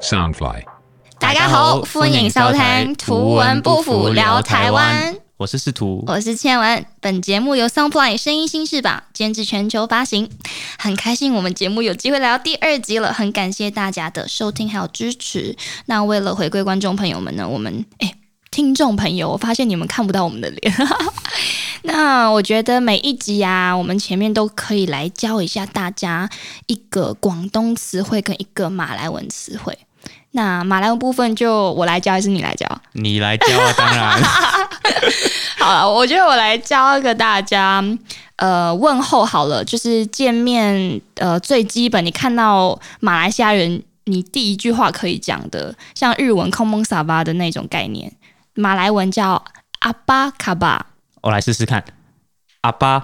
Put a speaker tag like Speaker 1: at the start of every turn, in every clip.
Speaker 1: Soundfly。
Speaker 2: 大家好，欢迎收听《图文不符聊台湾》，
Speaker 3: 我是司徒。
Speaker 2: 我是千文。本节目由 Soundfly 声音新翅膀监制全球发行，很开心我们节目有机会来到第二集了，很感谢大家的收听还有支持。那为了回馈观众朋友们呢，我们哎。听众朋友，我发现你们看不到我们的脸， 那我觉得每一集啊，我们前面都可以来教一下大家一个广东词汇跟一个马来文词汇。那马来文部分就我来教还是你来教？
Speaker 3: 你来教啊，当 然
Speaker 2: 好了，我觉得我来教一个大家，呃，问候好了，就是见面，呃，最基本，你看到马来西亚人，你第一句话可以讲的，像日文 “kom mon sa ba” 的那种概念，马来文叫阿巴卡巴。
Speaker 3: 我来试试看。阿巴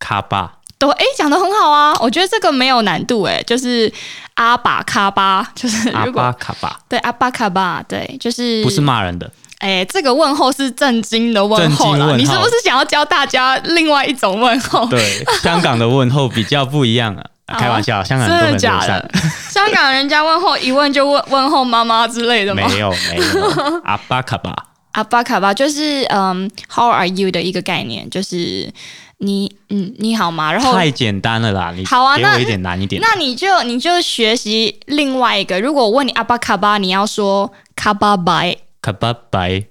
Speaker 3: 卡巴，
Speaker 2: 都哎，讲的很好啊，我觉得这个没有难度哎，就是阿巴卡巴，就是
Speaker 3: 阿
Speaker 2: 如果
Speaker 3: 巴卡巴，
Speaker 2: 对阿巴卡巴，对，就是
Speaker 3: 不是骂人的，
Speaker 2: 哎，这个问候是正经的问候啦。
Speaker 3: 正经问候
Speaker 2: 你是不是想要教大家另外一种问候？
Speaker 3: 对，香港的问候比较不一样啊。
Speaker 2: 哦
Speaker 3: 开玩笑，香港
Speaker 2: 真
Speaker 3: 人都很
Speaker 2: 的
Speaker 3: 友
Speaker 2: 假的
Speaker 3: 善，？
Speaker 2: 香港人家问候一问就问问候妈妈之类的吗？
Speaker 3: 没有没有。阿巴卡巴，
Speaker 2: 阿巴卡巴就是嗯，How are you 的一个概念，就是你嗯你好吗？然后
Speaker 3: 太简单了啦，你
Speaker 2: 好啊
Speaker 3: 给
Speaker 2: 那
Speaker 3: 我一点难一点的。
Speaker 2: 那你就你就学习另外一个，如果我问你阿巴卡巴，你要说卡巴拜
Speaker 3: 卡巴拜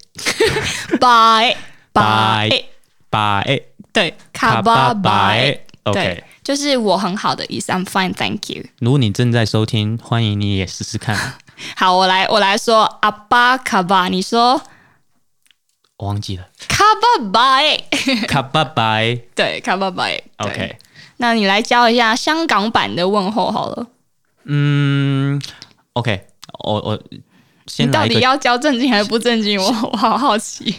Speaker 2: 拜拜
Speaker 3: 拜，拜
Speaker 2: 对，卡
Speaker 3: 卡
Speaker 2: 巴
Speaker 3: 巴
Speaker 2: 拜
Speaker 3: 拜。。
Speaker 2: 对
Speaker 3: OK，，
Speaker 2: 就是我很好的意思，I'm fine, thank you。
Speaker 3: 如果你正在收听，欢迎你也试试看。
Speaker 2: 好，我来我来说阿巴卡巴，你说
Speaker 3: 我忘记了，
Speaker 2: 卡巴拜，
Speaker 3: 卡巴拜。
Speaker 2: 对，卡巴拜。对
Speaker 3: OK，
Speaker 2: 那你来教一下香港版的问候好了。
Speaker 3: 嗯，OK，我我
Speaker 2: 你
Speaker 3: 先
Speaker 2: 到
Speaker 3: 来一
Speaker 2: 底
Speaker 3: 个。
Speaker 2: 要教正经还是不正经？我我好好奇。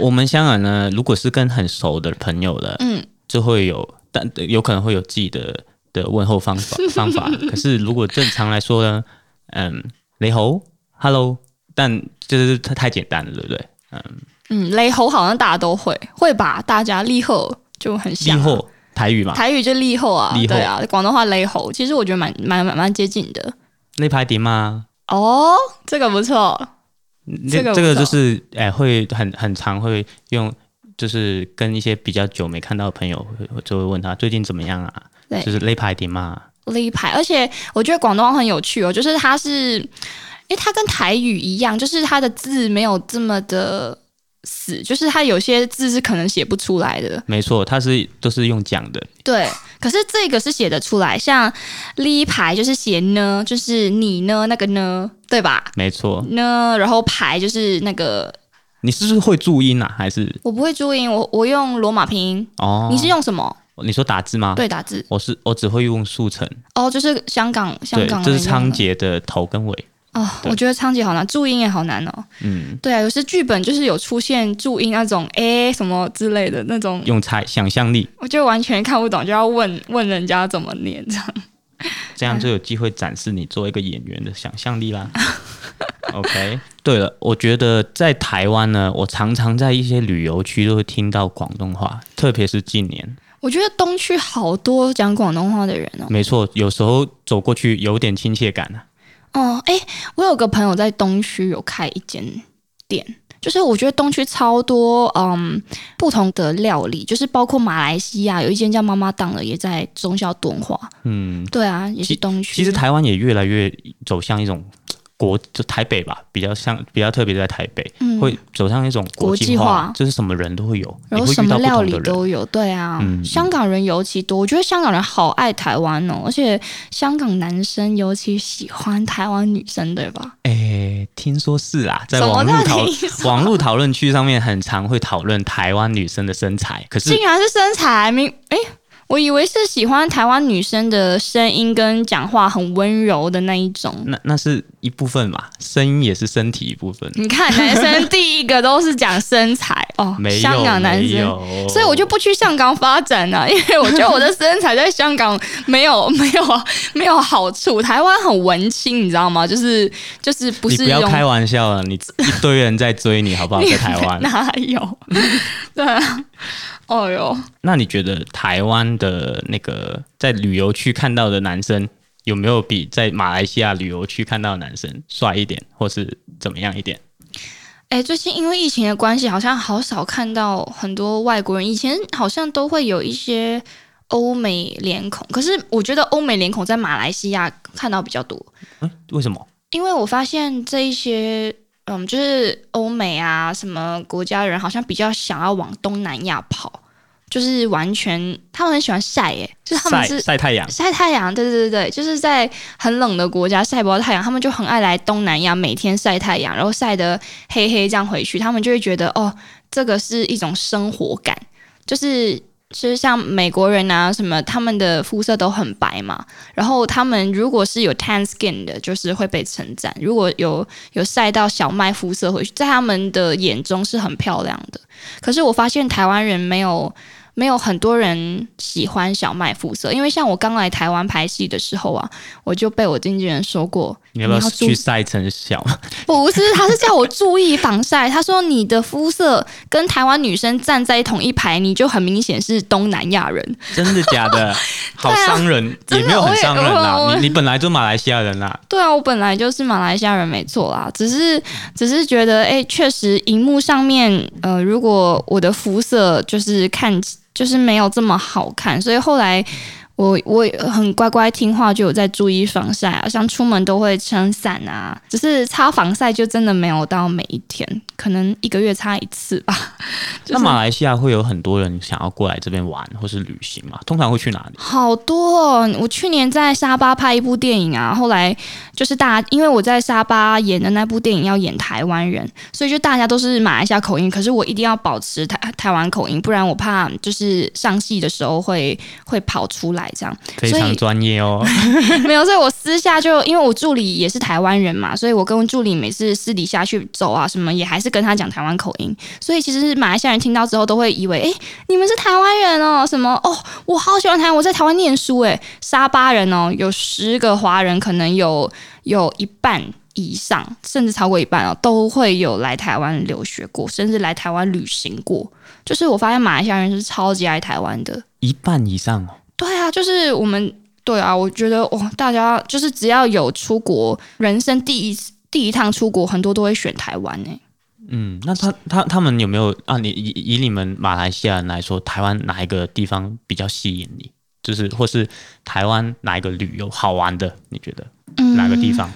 Speaker 3: 我们香港呢，如果是跟很熟的朋友的，
Speaker 2: 嗯，
Speaker 3: 就会有，但有可能会有自己的的问候方法方法。可是如果正常来说呢，嗯，你好，Hello，但就是太太简单了，对不对？
Speaker 2: 嗯，雷猴好像大家都会，会吧？大家立后就很
Speaker 3: 立
Speaker 2: 像啊。
Speaker 3: 后台语嘛，
Speaker 2: 台语就立后啊，
Speaker 3: 立后
Speaker 2: 对啊，广东话雷猴，其实我觉得蛮蛮蛮蛮接近的。
Speaker 3: 那排点嘛，
Speaker 2: 哦，这个不错，这
Speaker 3: 那
Speaker 2: 个
Speaker 3: 嗯这个
Speaker 2: 不
Speaker 3: 就
Speaker 2: 错
Speaker 3: 是哎、会很很常会用，就是跟一些比较久没看到的朋友，会就会问他最近怎么样啊
Speaker 2: 对？
Speaker 3: 就是那排点嘛。
Speaker 2: 立牌，而且我觉得广东话很有趣哦，就是它是，因为它跟台语一样，就是它的字没有这么的死，就是它有些字是可能写不出来的。
Speaker 3: 没错，它是都是用讲的，
Speaker 2: 对，可是这个是写得出来，像立牌就是写呢，就是你呢那个呢，对吧？
Speaker 3: 没错。
Speaker 2: 呢，然后牌就是那个，
Speaker 3: 你是不是会注音啊？还是
Speaker 2: 我不会注音，我我用罗马拼音，
Speaker 3: 哦？
Speaker 2: 你是用什么？
Speaker 3: 你说打字吗？，
Speaker 2: 对，打字
Speaker 3: 我是我只会用速成，
Speaker 2: 哦，就是香港香
Speaker 3: 对，
Speaker 2: 港
Speaker 3: 这是
Speaker 2: 人用
Speaker 3: 仓
Speaker 2: 的
Speaker 3: 颉的头跟尾，
Speaker 2: 哦，我
Speaker 3: 对
Speaker 2: 觉得仓颉好难，注音也好难哦。
Speaker 3: 嗯，
Speaker 2: 对啊，有些剧本就是有出现注音那种诶什么之类的那种，
Speaker 3: 用猜想象力，
Speaker 2: 我就完全看不懂，就要问问人家怎么念这样。
Speaker 3: 这样就有机会展示你做一个演员的想象力啦。OK，对了，我觉得在台湾呢，我常常在一些旅游区都会听到广东话，特别是近年，
Speaker 2: 我觉得东区好多讲广东话的人哦。
Speaker 3: 没错，有时候走过去有点亲切感啊。
Speaker 2: 哦，哎，我有个朋友在东区有开一间店，就是我觉得东区超多嗯不同的料理，就是包括马来西亚有一间叫妈妈档的，也在中孝敦化。
Speaker 3: 嗯，
Speaker 2: 对啊，也是东区。
Speaker 3: 其实台湾也越来越走向一种国，就台北吧，比较像比较特别在台北，
Speaker 2: 嗯
Speaker 3: 会走向一种
Speaker 2: 国
Speaker 3: 国
Speaker 2: 际
Speaker 3: 际
Speaker 2: 化
Speaker 3: 就是什么人都会有，
Speaker 2: 然后
Speaker 3: 你
Speaker 2: 什
Speaker 3: 会遇
Speaker 2: 么
Speaker 3: 到不
Speaker 2: 料
Speaker 3: 同
Speaker 2: 理
Speaker 3: 的人。
Speaker 2: 都有，对啊，
Speaker 3: 嗯
Speaker 2: 香港人尤其多。我觉得香港人好爱台湾哦，而且香港男生尤其喜欢台湾女生，对吧？
Speaker 3: 哎，听说是啦，在
Speaker 2: 什么
Speaker 3: 网络
Speaker 2: 叫
Speaker 3: 讨
Speaker 2: 听说
Speaker 3: 网络讨论区上面，很常会讨论台湾女生的身材，可是
Speaker 2: 竟然是身材，明诶，我以为是喜欢台湾女生的声音跟讲话很温柔的那一种。
Speaker 3: 那那是一部分嘛，声音也是身体一部分，
Speaker 2: 你看，男生第一个都是讲身材哦，
Speaker 3: 没有
Speaker 2: 香港男
Speaker 3: 没
Speaker 2: 生。
Speaker 3: 有，
Speaker 2: 所以我就不去香港发展了、 因为我觉得我的身材在香港没有 没有没有好处。台湾很文青，你知道吗？就是就是不
Speaker 3: 你
Speaker 2: 是
Speaker 3: 不要
Speaker 2: 用
Speaker 3: 开玩笑了，你一堆人在追你，好 不好？在台湾，
Speaker 2: 哪有？ 对啊，哦哟，
Speaker 3: 那你觉得台湾的那个在旅游区看到的男生有没有比在马来西亚旅游区看到的男生帅一点，或是怎么样一点？
Speaker 2: 哎，最近因为疫情的关系，好像好少看到很多外国人。以前好像都会有一些欧美脸孔，可是我觉得欧美脸孔在马来西亚看到比较多，
Speaker 3: 嗯，为什么？
Speaker 2: 因为我发现这一些，嗯，就是欧美啊什么国家人，好像比较想要往东南亚跑，就是完全他们很喜欢晒、欸，哎，就是他们
Speaker 3: 晒
Speaker 2: 是
Speaker 3: 晒太阳，
Speaker 2: 晒太阳，对对对对，就是在很冷的国家晒不到太阳，他们就很爱来东南亚每天晒太阳，然后晒得黑黑这样回去，他们就会觉得哦，这个是一种生活感，就是就是像美国人啊什么，他们的肤色都很白嘛，然后他们如果是有 tan skin 的，就是会被称赞；如果有有晒到小麦肤色回去，在他们的眼中是很漂亮的。可是我发现台湾人没有没有很多人喜欢小麦肤色，因为像我刚来台湾拍戏的时候啊，我就被我经纪人说过，
Speaker 3: 你要不要
Speaker 2: 你要注
Speaker 3: 去晒成小？
Speaker 2: 不是，他是叫我注意防晒。他说你的肤色跟台湾女生站在同一排，你就很明显是东南亚人。
Speaker 3: 真的假 的？好伤人，
Speaker 2: 啊真
Speaker 3: 也
Speaker 2: 的
Speaker 3: 没有很伤人
Speaker 2: 我
Speaker 3: 啦。
Speaker 2: 也
Speaker 3: 你你本来就马来西亚人啦，
Speaker 2: 对啊，我本来就是马来西亚人，没错啦。只是只是觉得，哎、确实，荧幕上面，呃，如果我的肤色就是看就是没有这么好看，所以后来。我我也很乖乖听话，就有在注意防晒啊，像出门都会撑伞啊，只是擦防晒就真的没有到每一天，可能一个月擦一次吧。就
Speaker 3: 那
Speaker 2: 是
Speaker 3: 马来西亚会有很多人想要过来这边玩或是旅行嘛？通常会去哪里？
Speaker 2: 好多哦！我去年在沙巴拍一部电影啊，后来就是大家，因为我在沙巴演的那部电影要演台湾人，所以就大家都是马来西亚口音，可是我一定要保持台台湾口音，不然我怕就是上戏的时候会会跑出来这样。
Speaker 3: 非常专 业哦。
Speaker 2: 没有，所以我私下就因为我助理也是台湾人嘛，所以我跟助理每次私底下去走啊什么，也还是跟他讲台湾口音。所以其实马来西亚人听到之后都会以为，诶，你们是台湾人哦，什么哦，我好喜欢台湾，我在台湾念书诶，沙巴人哦，有十个华人，可能有有一半。以上甚至超过一半哦，都会有来台湾留学过，甚至来台湾旅行过。就是我发现马来西亚人是超级爱台湾的，
Speaker 3: 一半以上哦，
Speaker 2: 对啊，就是我们对啊，我觉得哇，大家就是只要有出国，人生第一次第一趟出国，很多都会选台湾呢、欸
Speaker 3: 嗯，那他他他们有没有啊？你以以你们马来西亚人来说，台湾哪一个地方比较吸引你？就是或是台湾哪一个旅游好玩的？你觉得哪个地方？
Speaker 2: 嗯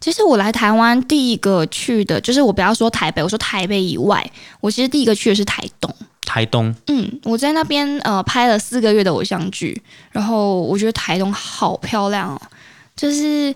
Speaker 2: 其实我来台湾第一个去的，就是我不要说台北，我说台北以外，我其实第一个去的是台东。
Speaker 3: 台东
Speaker 2: 嗯，我在那边呃拍了四个月的偶像剧，然后我觉得台东好漂亮哦，就是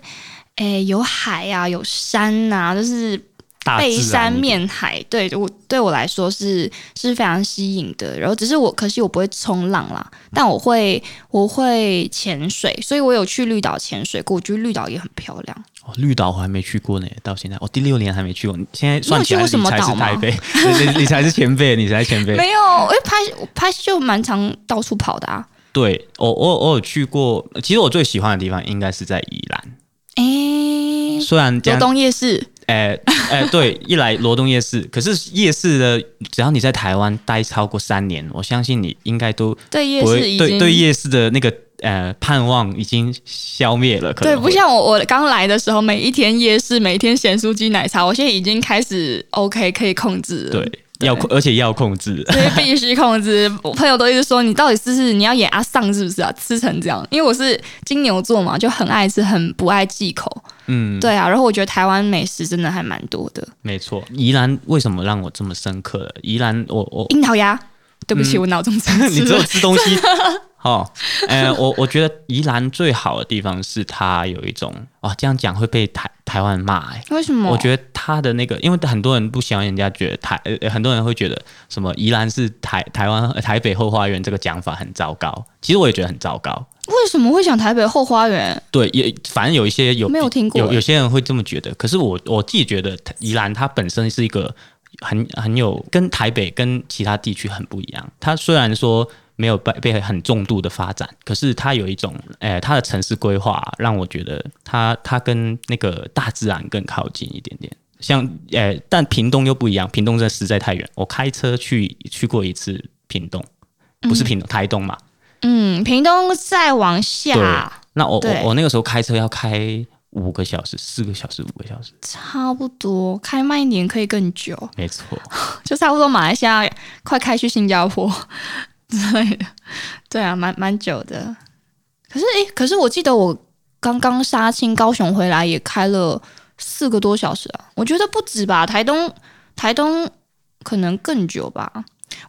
Speaker 2: 诶有海啊，有山呐、就是
Speaker 3: 大自然
Speaker 2: 背
Speaker 3: 一点
Speaker 2: 山面海，对我对我来说是是非常吸引的。然后只是我，可惜我不会冲浪啦，但我会我会潜水，所以我有去绿岛潜水过。我觉得绿岛也很漂亮。
Speaker 3: 哦，绿岛我还没去过呢，到现在哦我、第六年还没去过。你现在算起
Speaker 2: 你
Speaker 3: 来，
Speaker 2: 有去过
Speaker 3: 你才
Speaker 2: 什
Speaker 3: 是
Speaker 2: 么岛吗
Speaker 3: 台北， 你你你才是前辈，你才是前辈。
Speaker 2: 没有，我拍我拍戏就蛮常到处跑的啊。
Speaker 3: 对，我我我有去过，其实我最喜欢的地方应该是在宜兰，
Speaker 2: 诶，
Speaker 3: 虽然
Speaker 2: 嗯罗
Speaker 3: 这样，
Speaker 2: 东夜市
Speaker 3: 哎哎，对，一来罗东夜市，可是夜市的，只要你在台湾待超过三年，我相信你应该都
Speaker 2: 对夜
Speaker 3: 不
Speaker 2: 市
Speaker 3: 会
Speaker 2: 已
Speaker 3: 对
Speaker 2: 经
Speaker 3: 对夜市的那个呃盼望已经消灭了，可能
Speaker 2: 对，不
Speaker 3: 会
Speaker 2: 像我我刚来的时候，每一天夜市，每一天咸酥鸡奶茶，我现在已经开始 OK 可以控制了。
Speaker 3: 对要控，而且要控制。
Speaker 2: 所以必须控制。我朋友都一直说你到底是不是你要演阿丧是不是啊？吃成这样，因为我是金牛座嘛，就很爱吃，很不爱忌口。
Speaker 3: 嗯，
Speaker 2: 对啊，然后我觉得台湾美食真的还蛮多的，
Speaker 3: 没错。宜兰为什么让我这么深刻？宜兰，我我
Speaker 2: 樱桃鸭。对不起，我脑中只
Speaker 3: 嗯 你只有吃东西。 哦，呃，我我觉得宜兰最好的地方是它有一种哦，这样讲会被台台湾骂哎、
Speaker 2: 为什么？
Speaker 3: 我觉得它的那个，因为很多人不喜欢人家觉得台，呃、很多人会觉得什么宜兰是台台湾、呃台北后花园这个讲法很糟糕。其实我也觉得很糟糕。
Speaker 2: 得为什么会想台北后花园？
Speaker 3: 对，也反正有一些有
Speaker 2: 没有听过
Speaker 3: 有
Speaker 2: 欸
Speaker 3: 有些人会这么觉得。可是我我自己觉得宜兰它本身是一个很很有跟台北跟其他地区很不一样。它虽然说没有被被很重度的发展，可是它有一种诶、呃它的城市规划啊让我觉得它它跟那个大自然更靠近一点点。像诶、呃但屏东又不一样，屏东这实在太远。我开车去去过一
Speaker 2: 嗯
Speaker 3: 次屏东，不是屏东，台东嘛，
Speaker 2: 嗯，屏东再往下，
Speaker 3: 那我
Speaker 2: 对
Speaker 3: 我我那个时候开车要开五个小时，四个小时，五个小时，
Speaker 2: 差不多开慢一点可以更久，
Speaker 3: 没错。
Speaker 2: 就差不多马来西亚快开去新加坡 之类的。对啊，蛮蛮久的。可是诶、可是我记得我刚刚杀青高雄回来也开了四个多小时啊，我觉得不止吧，台东台东可能更久吧，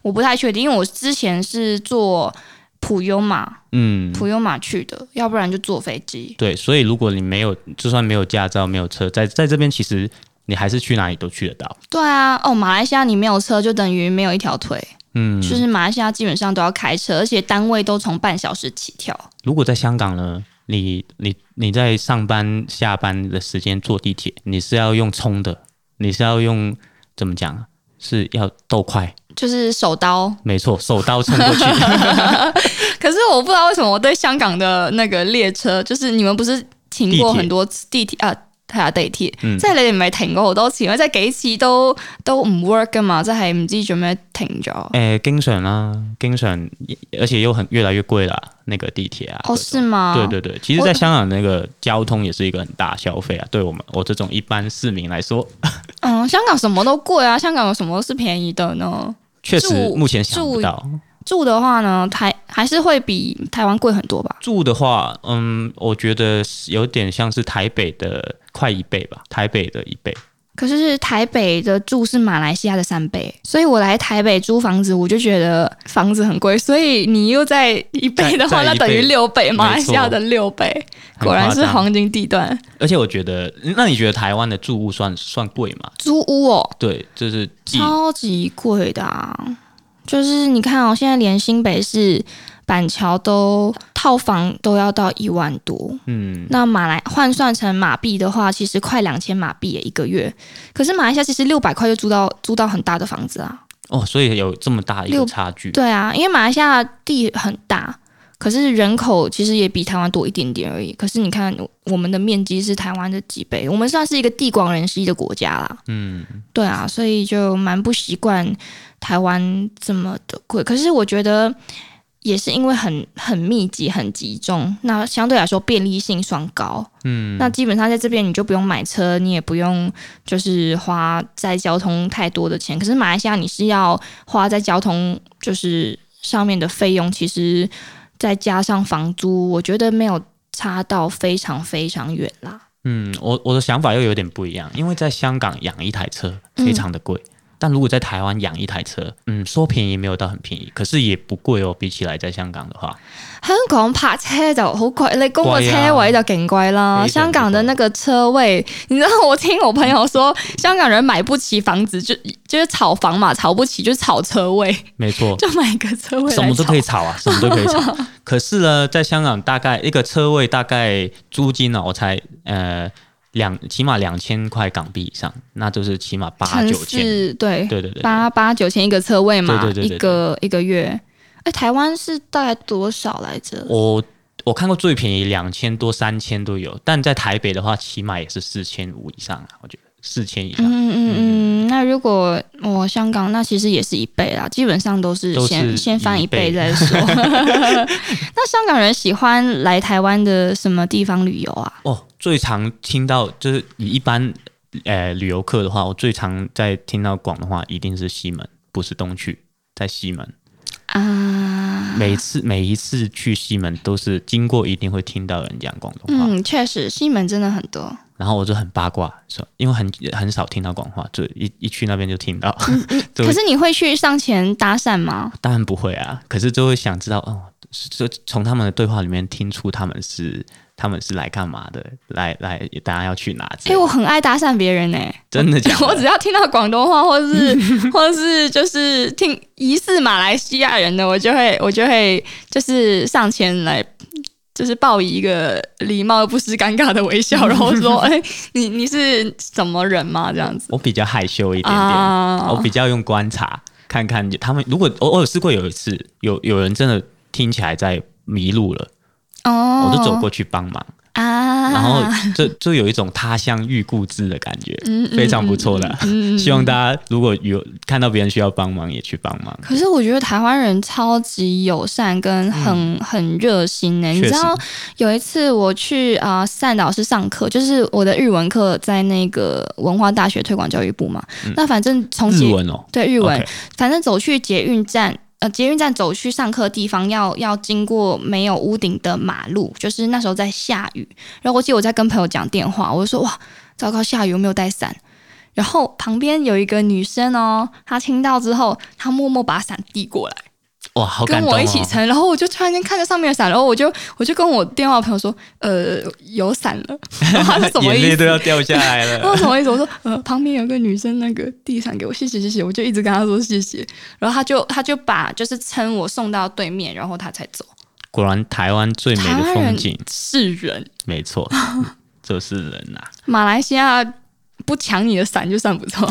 Speaker 2: 我不太确定，因为我之前是坐普悠玛
Speaker 3: 嗯，
Speaker 2: 普悠玛去的，要不然就坐飞机。
Speaker 3: 对，所以如果你没有，就算没有驾照、没有车，在在这边其实你还是去哪里都去得到。
Speaker 2: 对啊，哦，马来西亚你没有车就等于没有一条腿。
Speaker 3: 嗯，
Speaker 2: 就是马来西亚基本上都要开车，而且单位都从半小时起跳。
Speaker 3: 如果在香港呢，你你你在上班下班的时间坐地铁，你是要用冲的，你是要用怎么讲啊？是要斗快，
Speaker 2: 就是手刀，
Speaker 3: 没错，手刀冲过去。
Speaker 2: 可是我不知道为什么我对香港的那个列车，就是你们不是停过
Speaker 3: 地铁
Speaker 2: 很多次地铁啊，係啊地鐵，
Speaker 3: 嗯
Speaker 2: 即係你哋唔係停過好多次咩？即係幾次都都唔 work 噶嘛，即係唔知做咩停咗。
Speaker 3: 诶、啊经常啦、经常，而且又很越来越贵啦，那个地铁啊。
Speaker 2: 哦，
Speaker 3: 各种
Speaker 2: 是吗？
Speaker 3: 对对对，其实，在香港那个交通也是一个很大的消费啊，对我们我这种一般市民来说，
Speaker 2: 嗯，香港什么都贵啊，香港有什么是便宜的呢？
Speaker 3: 确实
Speaker 2: 住
Speaker 3: 目前想不
Speaker 2: 住
Speaker 3: 到。
Speaker 2: 住的话呢，台还是会比台湾贵很多吧？
Speaker 3: 住的话，嗯，我觉得是有点像是台北的快一倍吧，台北的一倍。
Speaker 2: 可是是台北的住是马来西亚的三倍，所以我来台北租房子，我就觉得房子很贵，所以你又在一倍的话，
Speaker 3: 再再
Speaker 2: 那
Speaker 3: 一倍
Speaker 2: 等于六倍，
Speaker 3: 错
Speaker 2: 马来西亚的六倍，
Speaker 3: 很
Speaker 2: 果然是
Speaker 3: 夸张
Speaker 2: 黄金地段。
Speaker 3: 而且我觉得，嗯那你觉得台湾的住屋算算贵吗？
Speaker 2: 租屋哦，
Speaker 3: 对，就是几
Speaker 2: 超级贵的、啊，就是你看哦，现在连新北市板桥都套房都要到一万多，
Speaker 3: 嗯，
Speaker 2: 那马来换算成马币的话，其实快两千马币耶一个月。可是马来西亚其实六百块就租到租到很大的房子啊。
Speaker 3: 哦，所以有这么大一
Speaker 2: 六
Speaker 3: 个差距。
Speaker 2: 对啊，因为马来西亚地很大，可是人口其实也比台湾多一点点而已。可是你看，我我们的面积是台湾的几倍，我们算是一个地广人稀的国家啦。
Speaker 3: 嗯，
Speaker 2: 对啊，所以就蛮不习惯台湾这么的贵。可是我觉得也是因为很很密集、很集中，那相对来说便利性算高。嗯，那基本上在这边你就不用买车，你也不用就是花在交通太多的钱。可是马来西亚你是要花在交通就是上面的费用，其实再加上房租，我觉得没有差到非常非常远啦。
Speaker 3: 嗯，我我的想法又有点不一样，因为在香港养一台车非常的
Speaker 2: 嗯
Speaker 3: 贵。但如果在台湾养一台车，嗯，说便宜没有到很便宜，可是也不贵哦。比起来在香港的话，
Speaker 2: 香港泊車就好貴，你供個
Speaker 3: 貴啊
Speaker 2: 車位就勁貴啦。
Speaker 3: 非常
Speaker 2: 香港的那個車位，你知道我聽我朋友說， 香港人買不起房子，就就是炒房嘛，炒不起就炒車位，
Speaker 3: 没错，
Speaker 2: 就买个车位来
Speaker 3: 什么都
Speaker 2: 炒
Speaker 3: 可以炒啊，什么都可以炒。可是呢，在香港大概一个车位大概租金呢、我才呃两起码两千块港币以上，那就是起码八
Speaker 2: 城
Speaker 3: 九千。
Speaker 2: 市对
Speaker 3: 对对对，
Speaker 2: 八八九千一个车位嘛，
Speaker 3: 对对对对
Speaker 2: 一个一个月。哎、台湾是大概多少来着？
Speaker 3: 我我看过最便宜两千多、三千都有，但在台北的话，起码也是四千五以上啊，我觉得四千以上。
Speaker 2: 嗯嗯嗯，那如果我、哦香港，那其实也是一倍啦，基本上都是
Speaker 3: 都是
Speaker 2: 先先翻一
Speaker 3: 一倍
Speaker 2: 倍 再说。 那香港人喜欢来台湾的什么地方旅游啊？
Speaker 3: 哦，最常听到就是以一般呃旅游客的话，我最常在听到广的话，一定是西门，不是东区，在西门。
Speaker 2: 啊，
Speaker 3: 每次每一次去西门都是经过，一定会听到人讲广东话，
Speaker 2: 嗯，确实，西门真的很多。
Speaker 3: 然后我就很八卦，说因为很很少听到广东话，就一一去那边就听到，对
Speaker 2: 可是你会去上前搭讪吗？
Speaker 3: 当然不会啊，可是就会想知道哦，是就从他们的对话里面听出他们是他们是来干嘛的，来来大家要去哪之
Speaker 2: 哎、
Speaker 3: 类的
Speaker 2: 我很爱搭讪别人哎、
Speaker 3: 真的假
Speaker 2: 我只
Speaker 3: 的？
Speaker 2: 要听到广东话，或 是或是就是听疑似马来西亚人的，我就会我就会就是上前来，就是报以一个礼貌而不失尴尬的微笑，然后 说：“哎、你你是什么人吗？”这样子
Speaker 3: 我比较害羞一点点，
Speaker 2: 啊
Speaker 3: 我比较用观察看看他们。如果我我有试过有一次，有有人真的听起来在迷路了，
Speaker 2: 哦
Speaker 3: 我就走过去帮忙。
Speaker 2: 啊，
Speaker 3: 然后这就有一种他乡遇故知的感觉，
Speaker 2: 嗯
Speaker 3: 非常不错的。
Speaker 2: 嗯
Speaker 3: 希望大家如果有看到别人需要帮忙，也去帮忙。
Speaker 2: 可是我觉得台湾人超级友善跟很、很热心欸呢、你
Speaker 3: 嗯确
Speaker 2: 知
Speaker 3: 实
Speaker 2: 道有一次我去啊、呃善导师上课，就是我的日文课在那个文化大学推广教育部嘛。那反正从
Speaker 3: 嗯日
Speaker 2: 捷
Speaker 3: 文哦，
Speaker 2: 对日文
Speaker 3: OK
Speaker 2: 反正走去捷运站。呃，捷运站走去上课的地方要要经过没有屋顶的马路，就是那时候在下雨。然后我记得我在跟朋友讲电话，我就说哇，糟糕，下雨我没有带伞。然后旁边有一个女生哦，她听到之后，她默默把伞递过来，
Speaker 3: 哇，好感
Speaker 2: 跟
Speaker 3: 动
Speaker 2: 我
Speaker 3: 哦！
Speaker 2: 一起撑。然后我就突然间看着上面的伞，然后我就我就跟我电话的朋友说，呃，有伞了。 然后她说什么
Speaker 3: 眼
Speaker 2: 意
Speaker 3: 泪
Speaker 2: 思？
Speaker 3: 都要掉下来
Speaker 2: 然后
Speaker 3: 了。
Speaker 2: 什么意思？ 我说
Speaker 3: 嗯
Speaker 2: 呃，旁边有个女生那个递伞给我，谢谢谢谢，我就一直跟她说谢谢，然后她就她就把就是撑我送到对面，然后她才走。
Speaker 3: 果然，台湾最美
Speaker 2: 台
Speaker 3: 的
Speaker 2: 湾
Speaker 3: 风
Speaker 2: 人
Speaker 3: 景，
Speaker 2: 是人，
Speaker 3: 没错，就是人啊呐、
Speaker 2: 马来西亚不抢你的伞就算不错，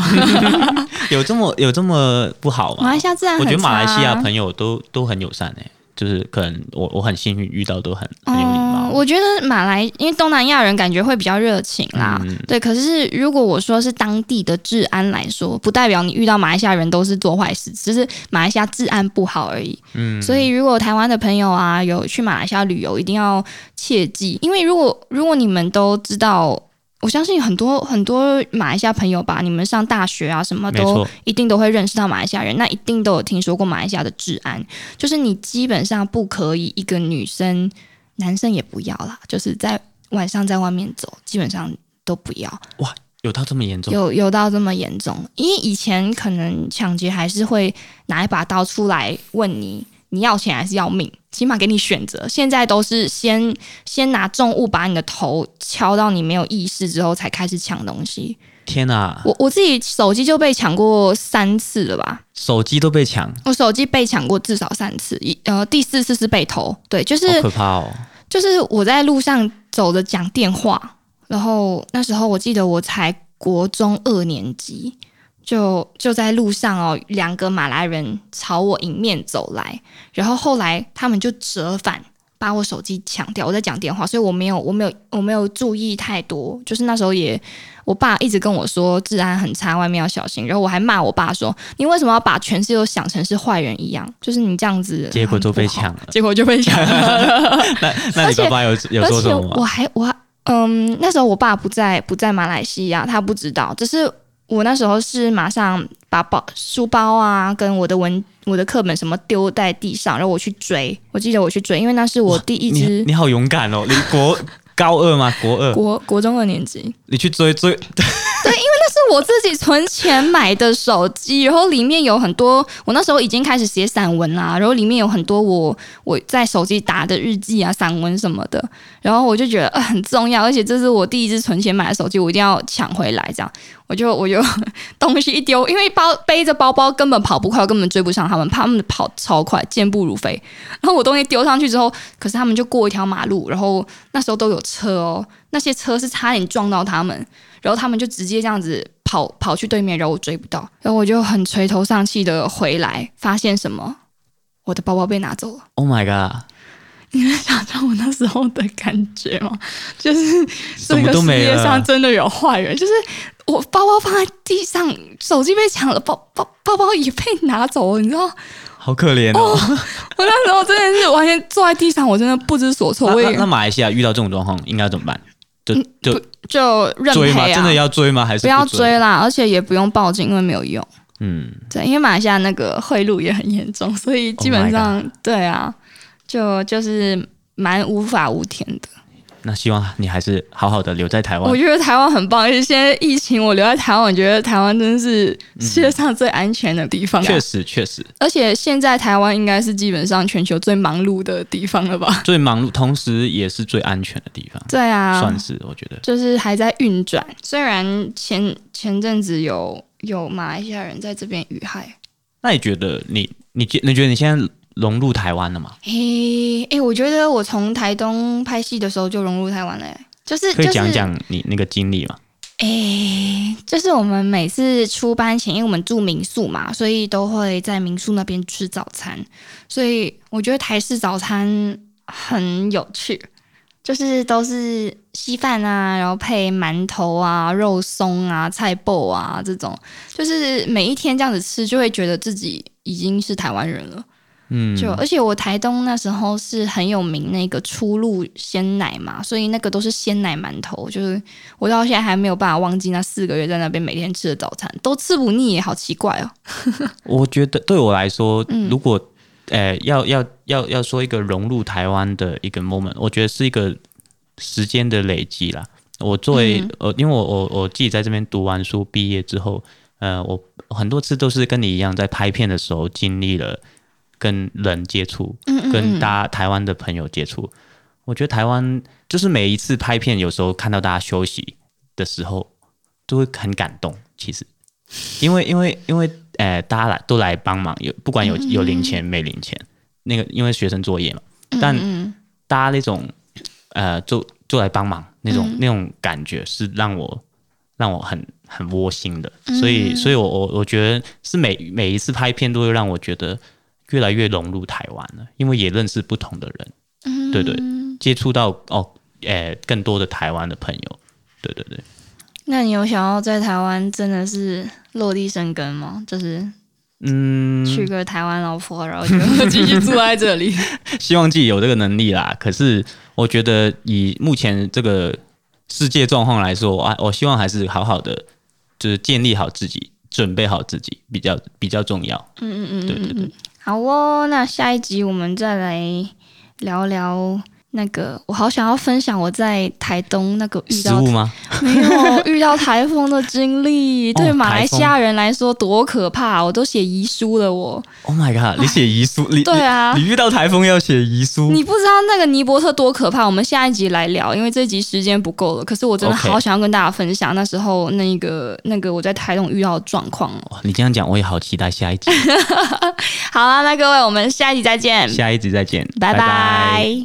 Speaker 3: 有这么有这么不好
Speaker 2: 马
Speaker 3: 吗
Speaker 2: 来？西亚自然
Speaker 3: 我
Speaker 2: 很
Speaker 3: 觉得马来西亚
Speaker 2: 差啊
Speaker 3: 朋友都都很友善诶、就是可能我我很幸运遇到都很很有礼
Speaker 2: 嗯，
Speaker 3: 貌。
Speaker 2: 我觉得马来因为东南亚人感觉会比较热情啦，
Speaker 3: 嗯
Speaker 2: 对。可是如果我说是当地的治安来说，不代表你遇到马来西亚人都是做坏事，只是马来西亚治安不好而已。
Speaker 3: 嗯
Speaker 2: 所以如果台湾的朋友啊有去马来西亚旅游，一定要切记，因为如果如果你们都知道。我相信很多很多马来西亚朋友吧，你们上大学啊，什么
Speaker 3: 没
Speaker 2: 都
Speaker 3: 错
Speaker 2: 一定都会认识到马来西亚人，那一定都有听说过马来西亚的治安，就是你基本上不可以一个女生男生也不要啦，就是在晚上在外面走，基本上都不要，
Speaker 3: 有到这么严重？
Speaker 2: 有有到这么严重。因为以前可能抢劫还是会拿一把刀出来问你，你要钱还是要命，起码给你选择。现在都是先先拿重物把你的头敲到你没有意识之后，才开始抢东西。
Speaker 3: 天啊，
Speaker 2: 我我自己手机就被抢过三次了吧，
Speaker 3: 手机都被抢，
Speaker 2: 我手机被抢过至少三次，一呃第四次是被偷，对，就是
Speaker 3: 好可怕哦！
Speaker 2: 就是我在路上走着讲电话，然后那时候我记得我才国中二年级，就就在路上哦，两个马来人朝我迎面走来，然后后来他们就折返。把我手机抢掉，我在讲电话，所以我没有，我没有，我没有注意太多。就是那时候也，我爸一直跟我说治安很差，外面要小心。然后我还骂我爸说：“你为什么要把全世界都想成是坏人一样？就是你这样子。”
Speaker 3: 结果都被抢了
Speaker 2: 结果就被抢了。
Speaker 3: 那那
Speaker 2: 而
Speaker 3: 你
Speaker 2: 且
Speaker 3: 爸爸有有
Speaker 2: 嗯而
Speaker 3: 做
Speaker 2: 且
Speaker 3: 什么
Speaker 2: 我
Speaker 3: 吗？
Speaker 2: 还我还嗯，那时候我爸不在不在马来西亚，他不知道。只是我那时候是马上把包书包啊，跟我的文我的课本什么丢在地上，然后我去追。我记得我去追，因为那是我第一
Speaker 3: 你
Speaker 2: 只
Speaker 3: 你好勇敢哦！你国高二吗？国二，
Speaker 2: 国国中二年级，是
Speaker 3: 你去追追
Speaker 2: 我自己存钱买的手机，然后里面有很多，我那时候已经开始写散文啦，然后里面有很多我我在手机打的日记啊、散文什么的，然后我就觉得、呃、很重要，而且这是我第一支存钱买的手机，我一定要抢回来。这样，我就我就东西一丢，因为包背着包包根本跑不快，我根本追不上他们，怕他们跑超快，健步如飞。然后我东西丢上去之后，可是他们就过一条马路，然后那时候都有车哦，那些车是差点撞到他们，然后他们就直接这样子。跑跑去对面，然后我追不到，然后我就很垂头丧气的回来，发现什么？我的包包被拿走了。
Speaker 3: ！Oh my god，
Speaker 2: 你能想象我那时候的感觉吗？ 就是
Speaker 3: 什
Speaker 2: 这
Speaker 3: 么
Speaker 2: 个
Speaker 3: 都
Speaker 2: 世
Speaker 3: 没
Speaker 2: 界上
Speaker 3: 了。
Speaker 2: 真的有坏人，就是我包包放在地上，手机被抢了，包包包包也被拿走了，你知道？
Speaker 3: 好可怜哦！
Speaker 2: 我那时候真的是完全坐在地上，我真的不知所措，哦
Speaker 3: 那
Speaker 2: 我
Speaker 3: 那
Speaker 2: 也
Speaker 3: 那马来西亚遇到这种状况应该怎么办？就就
Speaker 2: 就认
Speaker 3: 追吗？
Speaker 2: 赔啊，
Speaker 3: 真的要追吗？还是
Speaker 2: 不要
Speaker 3: 追？
Speaker 2: 追啦，而且也不用报警，因为没有用。
Speaker 3: 嗯，
Speaker 2: 对，因为马来西亚那个贿赂也很严重，所以基
Speaker 3: Oh my
Speaker 2: 本
Speaker 3: God
Speaker 2: 上、对啊，就就是蛮无法无天的。
Speaker 3: 那希望你还是好好的留在台湾
Speaker 2: 我。觉得台湾很棒，而且现在疫情，我留在台湾，我觉得台湾真是世界上最安全的地方、啊。
Speaker 3: 嗯确实，确实
Speaker 2: 而且现在台湾应该是基本上全球最忙碌的地方了吧？
Speaker 3: 最忙碌，同时也是最安全的地方，
Speaker 2: 对啊，
Speaker 3: 算是我觉得。
Speaker 2: 就是还在运转。虽然前前阵子有有马来西亚人在这边遇害，
Speaker 3: 那你觉得你你觉你觉得你现在融入台湾了吗？
Speaker 2: 诶、诶、我觉得我从台东拍戏的时候就融入台湾了、诶就是
Speaker 3: 可以讲
Speaker 2: 就是
Speaker 3: 讲你那个经历吗？
Speaker 2: 诶，就是我们每次出班前，因为我们住民宿嘛，所以都会在民宿那边吃早餐。所以我觉得台式早餐很有趣，就是都是稀饭啊，然后配馒头啊、肉松啊、菜脯啊这种，就是每一天这样子吃，就会觉得自己已经是台湾人了。
Speaker 3: 嗯，
Speaker 2: 就而且我台东那时候是很有名那个初露鲜奶嘛，所以那个都是鲜奶馒头，就是我到现在还没有办法忘记那四个月在那边每天吃的早餐，都吃不腻，好奇怪哦。
Speaker 3: 我觉得对我来说，如果呃要要要要说一个融入台湾的一个 moment，我觉得是一个时间的累积啦。我作为、呃，因为我我我自己在这边读完书毕业之后，呃，我很多次都是跟你一样，在拍片的时候经历了跟人接触，
Speaker 2: 嗯嗯
Speaker 3: 跟
Speaker 2: 嗯，
Speaker 3: 大家台湾的朋友接触。我觉得台湾就是每一次拍片，有时候看到大家休息的时候，都会很感动。其实，因为因为因为呃，大家来都来帮忙，有不
Speaker 2: 嗯
Speaker 3: 管有有零钱没零钱，那个因为学生作业嘛，但
Speaker 2: 嗯嗯
Speaker 3: 大家那种呃，就就来帮忙那种、那种感觉是让我让我很很窝心的，所以所以我我我觉得是每每一次拍片都会让我觉得越来越融入台湾了，因为也认识不同的人，
Speaker 2: 嗯
Speaker 3: 对对，接触到哦，呃，更多的台湾的朋友，对对对，
Speaker 2: 那你有想要在台湾真的是落地生根吗？就是
Speaker 3: 嗯，
Speaker 2: 娶个台湾老婆，然后就 继续住在这里。
Speaker 3: 希望自己有这个能力啦。可是我觉得以目前这个世界状况来说，我啊还我希望还是好好的，就是建立好自己，准备好自己比较比较重要。
Speaker 2: 嗯嗯
Speaker 3: 对
Speaker 2: 嗯
Speaker 3: 对
Speaker 2: 嗯
Speaker 3: 对
Speaker 2: 嗯，好哦。那下一集我们再来聊聊那个，我好想要分享我在台东那个遇
Speaker 3: 食
Speaker 2: 到
Speaker 3: 物吗？
Speaker 2: 没有哎遇到台风的经历，
Speaker 3: 哦
Speaker 2: 对马来西亚人来说多可怕！我都写遗书了我，
Speaker 3: Oh my god！你写遗书，你
Speaker 2: 哎对啊
Speaker 3: 你，你遇到台风要写遗书
Speaker 2: 你不知道那个尼伯特多可怕。我们下一集来聊，因为这集时间不够了。可是我真的
Speaker 3: OK
Speaker 2: 好想要跟大家分享那时候那个那个我在台东遇到的状况哦。
Speaker 3: 哇！你这样讲，我也好期待下一 集，
Speaker 2: 好啦，那各位，我们下一集再见，
Speaker 3: 下一集再见，
Speaker 2: 拜拜